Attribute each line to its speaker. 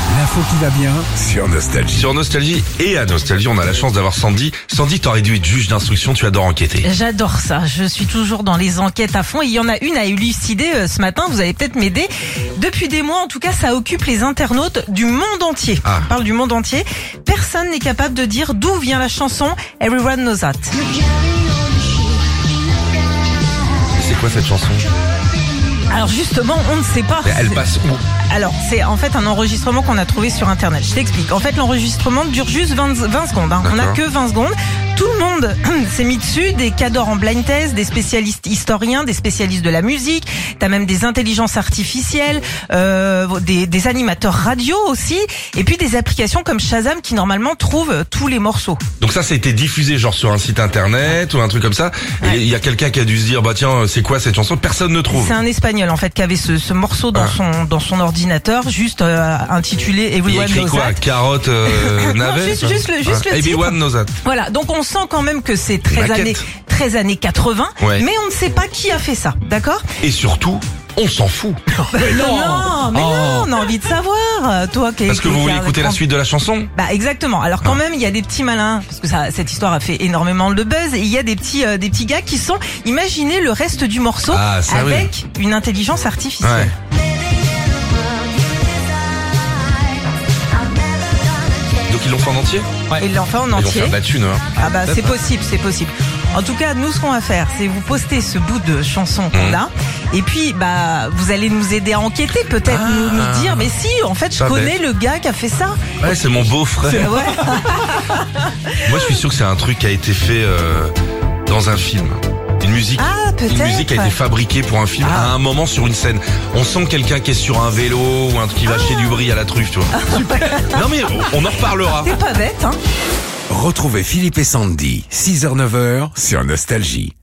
Speaker 1: l'info qui va bien.
Speaker 2: Sur Nostalgie.
Speaker 3: Sur Nostalgie et à Nostalgie, on a la chance d'avoir Sandy. Sandy, t'aurais dû être juge d'instruction, tu adores enquêter.
Speaker 4: J'adore ça. Je suis toujours dans les enquêtes à fond. Et Il y en a une à élucider euh, ce matin. Vous allez peut-être m'aider. Depuis des mois, en tout cas, ça occupe les internautes du monde entier.
Speaker 3: Ah.
Speaker 4: On parle du monde entier. Personne n'est capable de dire d'où vient la chanson Everyone Knows That.
Speaker 3: C'est quoi cette chanson
Speaker 4: Alors justement, on ne sait pas.
Speaker 3: Mais Elle
Speaker 4: C'est-
Speaker 3: passe où
Speaker 4: Alors, c'est en fait un enregistrement qu'on a trouvé sur Internet. Je t'explique. En fait, l'enregistrement dure juste 20, 20 secondes. hein. On n'a
Speaker 3: D'accord.
Speaker 4: que 20 secondes. Tout le monde s'est mis dessus, des cadors en blind test, des spécialistes historiens, des spécialistes de la musique, t'as même des intelligences artificielles, euh, des, des animateurs radio aussi, et puis des applications comme Shazam qui normalement trouvent tous les morceaux.
Speaker 3: Donc ça, ça a été diffusé genre sur un site internet ou un truc comme ça. Et il y a quelqu'un qui a dû se dire, bah tiens, c'est quoi cette chanson Personne ne trouve.
Speaker 4: C'est un espagnol en fait qui avait ce, ce morceau dans,
Speaker 3: Ah.
Speaker 4: son, dans son ordinateur, juste euh,
Speaker 3: Il
Speaker 4: intitulé
Speaker 3: y a
Speaker 4: Everyone
Speaker 3: écrit
Speaker 4: Knows
Speaker 3: quoi
Speaker 4: That.
Speaker 3: Carotte, euh,
Speaker 4: Non,
Speaker 3: navet
Speaker 4: juste- juste le- juste le
Speaker 3: Everyone knows that.
Speaker 4: Voilà, donc on sent quand même que c'est 13
Speaker 3: Maquette.
Speaker 4: années, 13 années 80,
Speaker 3: Ouais.
Speaker 4: mais on ne sait pas qui a fait ça, d'accord
Speaker 3: Et surtout, on s'en fout.
Speaker 4: Non, mais non, on a envie de savoir, euh, toi qui
Speaker 3: Oh. Parce que
Speaker 4: qui-
Speaker 3: vous voulez
Speaker 4: qui-
Speaker 3: écouter la
Speaker 4: qui-
Speaker 3: suite Ah. de la chanson
Speaker 4: bah exactement. Alors quand même, il y a des petits malins parce que ça, cette histoire a fait énormément de buzz. Et il y a des petits, euh, des petits gars qui sont. Imaginez le reste du morceau
Speaker 3: Ah, ça, oui.
Speaker 4: avec une intelligence artificielle.
Speaker 3: Ouais. Donc ils l'ont fait en entier
Speaker 4: Et l'enfant en
Speaker 3: Ils vont
Speaker 4: entier.
Speaker 3: faire de la thune. hein.
Speaker 4: Ah bah c'est
Speaker 3: Peut-être.
Speaker 4: possible, c'est possible. En tout cas, nous ce qu'on va faire, c'est vous poster ce bout de chanson qu'on
Speaker 3: Mhm.
Speaker 4: a, et puis bah vous allez nous aider à enquêter, peut-être
Speaker 3: Ah.
Speaker 4: nous, nous dire, mais si, en fait, je
Speaker 3: Pas
Speaker 4: connais le gars qui a fait ça.
Speaker 3: Ouais, c'est mon beau-frère.
Speaker 4: Ouais.
Speaker 3: Moi, je suis sûr que c'est un truc qui a été fait euh, dans un film. Une musique.
Speaker 4: Ah
Speaker 3: Une musique a été
Speaker 4: peut-être.
Speaker 3: fabriquée pour un film
Speaker 4: Ah.
Speaker 3: à un moment sur une scène. On sent quelqu'un qui est sur un vélo ou un truc qui va acheter du bris à la truffe, tu vois. Non mais on en reparlera.
Speaker 4: C'est pas bête, hein.
Speaker 2: Retrouvez Philippe et Sandy, 6h-9h, sur Nostalgie.